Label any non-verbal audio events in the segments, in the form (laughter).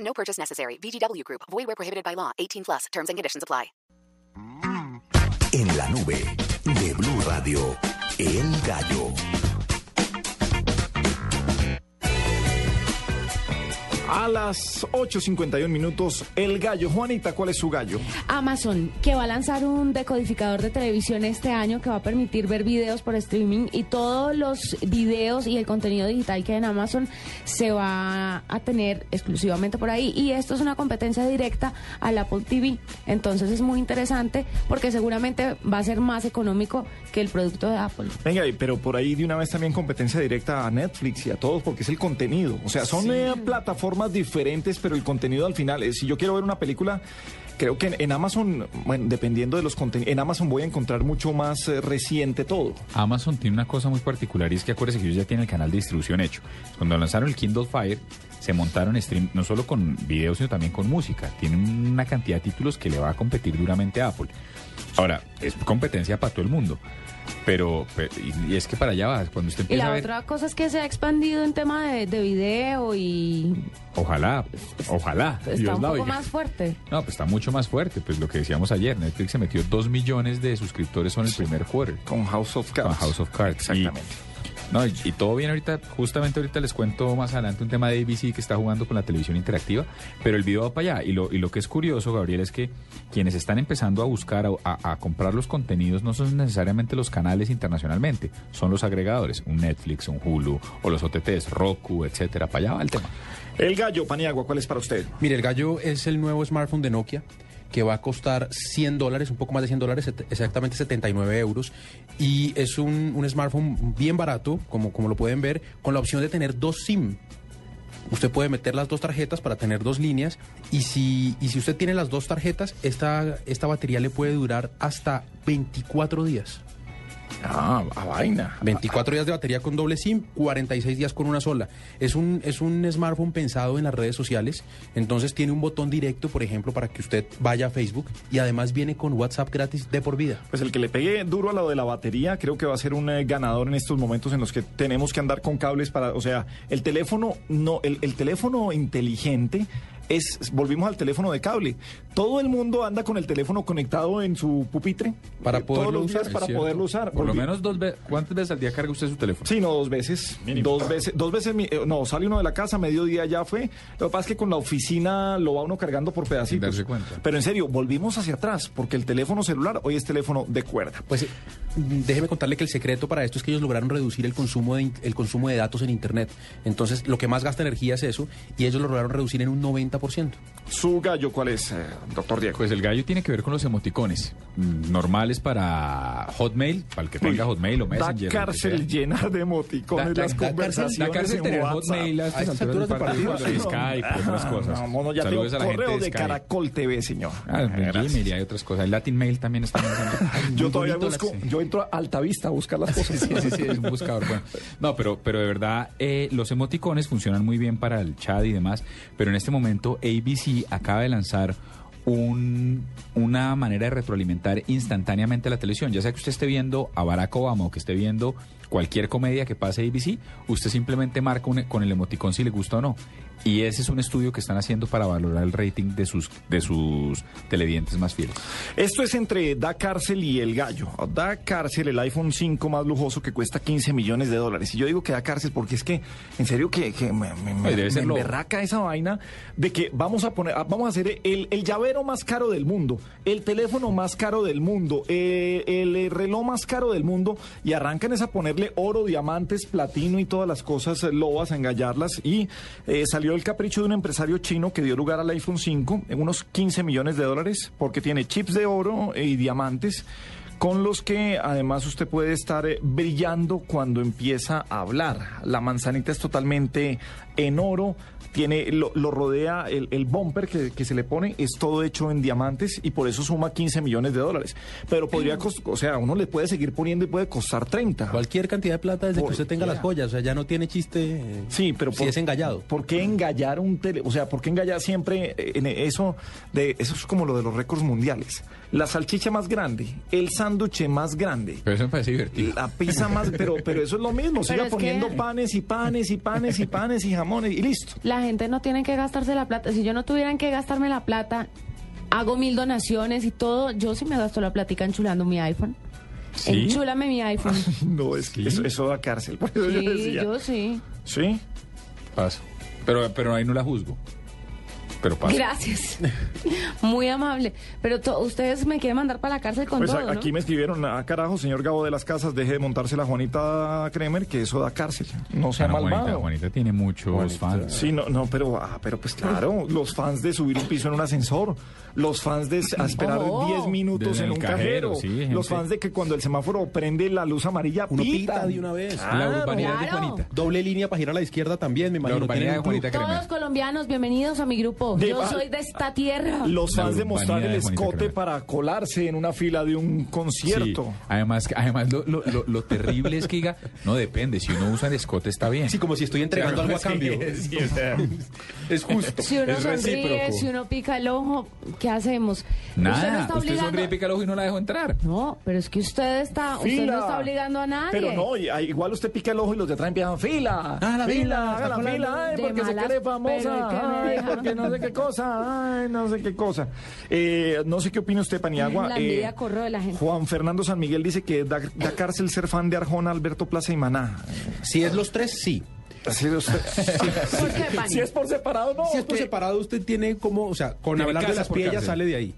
No purchase necessary. VGW Group. Void where prohibited by law. 18 plus. Terms and conditions apply. En la nube de Blue Radio, El Gallo. A las 8.51 minutos, El Gallo. Juanita, ¿cuál es su gallo? Amazon, que va a lanzar un decodificador de televisión este año que va a permitir ver videos por streaming y todos los videos y el contenido digital que hay en Amazon se va a tener exclusivamente por ahí. Y esto es una competencia directa al Apple TV. Entonces es muy interesante porque seguramente va a ser más económico que el producto de Apple. Venga, y- pero por ahí de una vez también competencia directa a Netflix y a todos porque es el contenido. O sea, son eh, plataformas diferentes, pero el contenido al final, eh, si yo quiero ver una película, creo que en, en Amazon, bueno, dependiendo de los contenidos, en Amazon voy a encontrar mucho más eh, reciente todo. Amazon tiene una cosa muy particular y es que acuérdense que ellos ya tienen el canal de distribución hecho. Cuando lanzaron el Kindle Fire, se montaron stream no solo con videos, sino también con música. Tienen una cantidad de títulos que le va a competir duramente a Apple. Ahora, es competencia para todo el mundo. Pero, pe- y, y es que para allá va, cuando usted Y empieza a la ver, otra cosa es que se ha expandido en tema de, de video y ojalá, ojalá, Pues está Dios un la poco oiga. más fuerte. No, pues está mucho más fuerte, pues lo que decíamos ayer, Netflix se metió 2 millones de suscriptores en el primer quarter. Con House of Cards. Con House of Cards. Exactamente. Y, no, y, y todo bien ahorita, justamente ahorita les cuento más adelante un tema de ABC que está jugando con la televisión interactiva, pero el video va para allá. Y lo, y lo que es curioso, Gabriel, es que quienes están empezando a buscar, a, a- a comprar los contenidos, no son necesariamente los canales internacionalmente, son los agregadores, un Netflix, un Hulu, o los OTTs, Roku, etcétera. Para allá va el tema. El Gallo, Paniagua, ¿cuál es para usted? Mire, el gallo es el nuevo smartphone de Nokia que va a costar 100 dólares, un poco más de 100 dólares, set- exactamente 79 euros. Y es un, un smartphone bien barato, como, como lo pueden ver, con la opción de tener dos SIM. Usted puede meter las dos tarjetas para tener dos líneas y si, y si usted tiene las dos tarjetas, esta, esta batería le puede durar hasta 24 días. Ah, a vaina. 24 días de batería con doble SIM, 46 días con una sola. Es un, es un smartphone pensado en las redes sociales, entonces tiene un botón directo, por ejemplo, para que usted vaya a Facebook y además viene con WhatsApp gratis de por vida. Pues el que le pegue duro a lo de la batería, creo que va a ser un eh, ganador en estos momentos en los que tenemos que andar con cables para, o sea, el teléfono no, el, el teléfono inteligente es, volvimos al teléfono de cable. Todo el mundo anda con el teléfono conectado en su pupitre Para eh, poderlo todos los días usar, para es cierto. poderlo usar. Por lo Volvi- menos dos veces, ¿cuántas veces al día carga usted su teléfono? Sí, no, dos veces. Dos veces, dos veces, mi- eh, no, sale uno de la casa, mediodía ya fue. Lo que pasa es que con la oficina lo va uno cargando por pedacitos. darse cuenta. Pero en serio, volvimos hacia atrás, porque el teléfono celular hoy es teléfono de cuerda. Pues eh, mm, déjeme contarle que el secreto para esto es que ellos lograron reducir el consumo de, in- el consumo de datos en Internet. Entonces, lo que más gasta energía es eso y ellos lo lograron reducir en un 90%. ¿Su gallo cuál es, eh, doctor Diego? Pues el gallo tiene que ver con los emoticones mm, normales para Hotmail, para el que tenga Hotmail o Messenger. Da lo que sea. cárcel llenar de emoticones Pues, Da- las da- da conversaciones cárcel- da cárcel en tener WhatsApp. Hotmail a estas A estas alturas del alturas del partido, partido, de Skype, y otras Ajá, cosas. No, mono, ya Saludos tengo a la gente correo de, Skype. Caracol TV, señor. Ah, Gracias. Gmail y hay otras cosas. El Latin Mail también está. (laughs) Yo todavía bonito, busco, sí. yo entro a Altavista a buscar las (laughs) cosas. Sí, sí, sí, es un buscador. bueno. No, pero, pero de verdad, eh, los emoticones funcionan muy bien para el chat y demás, pero en este momento ABC acaba de lanzar un- una manera de retroalimentar instantáneamente la televisión. Ya sea que usted esté viendo a Barack Obama o que esté viendo cualquier comedia que pase ABC, usted simplemente marca un- con el emoticón si le gusta o no. Y ese es un estudio que están haciendo para valorar el rating de sus, de sus televidentes más fieles. Esto es entre Da Cárcel y El Gallo. Da Cárcel, el iPhone 5 más lujoso que cuesta 15 millones de dólares. Y yo digo que Da Cárcel porque es que, en serio, que, que me, me, me- Ay, debe me ser lo- emberraca esa vaina de que vamos a poner, ah, vamos a hacer el, el llavero más caro del mundo, el teléfono más caro del mundo, eh, el, eh, reloj más caro del mundo y arrancan es a ponerle oro, diamantes, platino y todas las cosas eh, lobas, a engallarlas. Y eh, salió el capricho de un empresario chino que dio lugar al iPhone 5 en unos 15 millones de dólares porque tiene chips de oro eh, y diamantes con los que además usted puede estar eh, brillando cuando empieza a hablar. La manzanita es totalmente en oro, tiene, lo, lo rodea el, el bumper que, que se le pone, es todo hecho en diamantes y por eso suma 15 millones de dólares. Pero Mm. podría, cost- o sea, uno le puede seguir poniendo y puede costar 30. Cualquier cantidad de plata desde Ah. que Por- usted tenga las joyas, o sea, ya no tiene chiste. eh, Sí, pero si es engallado. ¿Por qué engallar un tele? O sea, ¿por qué engallar siempre eh, en eso de eso es como lo de los récords mundiales? La salchicha más grande, el sándwich más grande. Pero eso me parece divertido. La pizza más, pero, pero eso es lo mismo, siga es que- poniendo panes y panes y panes y panes y jamones y listo. La gente no tiene que gastarse la plata. Si yo no tuvieran que gastarme la plata, hago mil donaciones y todo. Yo sí me gasto la platica enchulando mi iPhone. ¿Sí? Enchúlame mi iPhone. No, es que eso, eso da cárcel. por eso yo Sí, decía. yo sí. Sí. Paso. Pero, pero ahí no la juzgo. Pero paso. Gracias. (laughs) Muy amable. Pero to- ustedes me quieren mandar para la cárcel con Pues a- todo, ¿no? aquí me escribieron, ah, carajo, señor Gabo de las Casas, deje de montarse la Juanita Kremer, que eso da cárcel. No sea Ah, no, Juanita, malvado. Juanita tiene muchos fans. Sí, no, no, pero, ah, pero pues claro, los fans de subir un piso en un ascensor, los fans de s- a esperar Oh. 10 minutos Desde en el un cajero, cajero, sí, gente. los fans de que cuando el semáforo prende la luz amarilla, Uno pitan. pita de una vez. La Claro. urbanidad de Claro. Juanita. Doble línea para girar a la izquierda también, me imagino. urbanidad tienen de un club. Juanita Todos Kremer. colombianos, bienvenidos a mi grupo. De- Yo soy de esta tierra. Los La fans de mostrar el urbanidad de Juanita escote Kremer. para colarse en una fila de un concierto. Sí. Además, además lo, lo- lo- lo terrible es que diga, no depende, si uno usa el escote está bien. Sí, como si estoy entregando algo a cambio. (laughs) es justo. Si uno es sonríe, recíproco. si uno pica el ojo, ¿qué hacemos? Usted no Nada, está usted, sonríe, obligando... pica el ojo y no la dejo entrar. No, pero es que usted está, usted Fila. no está obligando a nadie. Pero no, y- ay, igual usted pica el ojo y los de atrás empiezan fila. Ah, la fila, fila, haga está la colando. fila, ay, De porque se malas, cree pero ¿y qué me famosa, ay, deja? porque no sé qué cosa, ay, no sé qué cosa. Eh, no sé qué opina usted, Paniagua. La eh, envidia corro de la gente. Juan Fernando San Miguel dice que da, da cárcel ser fan de Arjona, Alberto Plaza y Maná. Si es los tres, sí. Así es usted. ¿Por qué, Pani? si es por separado, no. Si es por que- separado, usted tiene como, o sea, con Tiene hablar de casa las por piellas cárcel. sale de ahí.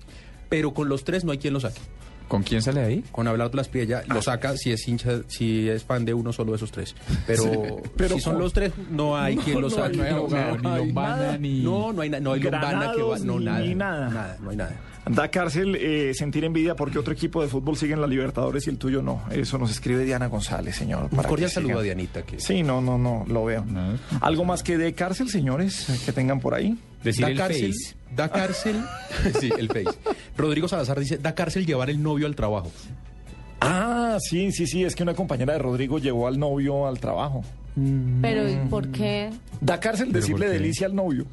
Pero con los tres no hay quien lo saque. ¿Con quién sale de ahí? Con hablar de las piellas lo saca si es hincha, si es fan de uno solo de esos tres. Pero, (laughs) pero si son con- los tres, no hay quien lo no saque. hay abogado, ni lombana, ni- No, no hay, na- no hay lombana que va, Granados, no, ni- nada, ni nada. No hay nada. Da cárcel eh, sentir envidia porque otro equipo de fútbol sigue en la Libertadores y el tuyo no. Eso nos escribe Diana González, señor. Un para cordial que saludo siga. a Dianita. Que... Sí, no, no, no, lo veo. No. ¿Algo más que de cárcel, señores, eh, que tengan por ahí? Decir da el cárcel, face. Da cárcel. (laughs) sí, el Face. Rodrigo Salazar dice, da cárcel llevar el novio al trabajo. Ah, sí, sí, sí, es que una compañera de Rodrigo llevó al novio al trabajo. Pero ¿y por qué? Da cárcel decirle por qué? delicia al novio.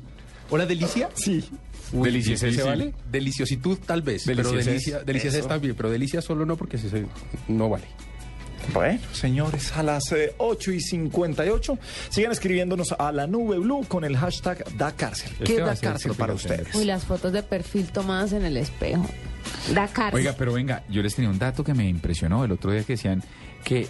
Hola, Delicia. Sí. ¿Delicias se difícil. vale? Deliciositud tal vez, pero Delicias es- delicia, delicias está bien, pero delicia solo no porque se- se- no vale. Bueno, señores, a las eh, 8 y 58 sigan escribiéndonos a la nube blue con el hashtag da cárcel. ¿Qué Este va da a ser cárcel su para primer ustedes? Uy, las fotos de perfil tomadas en el espejo. Da cárcel. Oiga, pero venga, yo les tenía un dato que me impresionó el otro día que decían que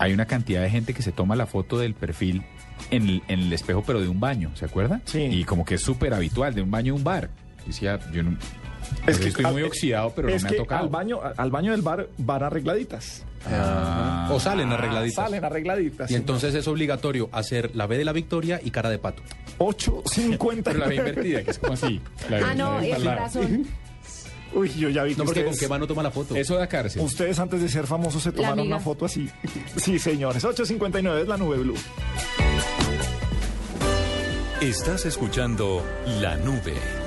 hay una cantidad de gente que se toma la foto del perfil en el, en el espejo, pero de un baño, ¿se acuerda? Sí. Y como que es súper habitual, de un baño a un bar. Decía, yo no- pues estoy muy al- oxidado, pero no es me que ha tocado. Al baño, al baño del bar van arregladitas. o salen Ah, arregladitas. Salen arregladitas. Y entonces es obligatorio hacer la B de la victoria y cara de pato. 8.50. Pero la ve invertida, que es como así. la ah, ve- no, la el ve- corazón. Uy, yo ya vi que No, porque con ustedes, qué mano toma la foto. Eso da cárcel. ustedes antes de ser famosos se tomaron amiga. una foto así. Sí, señores. 8.59 es la nube blue. Estás escuchando La Nube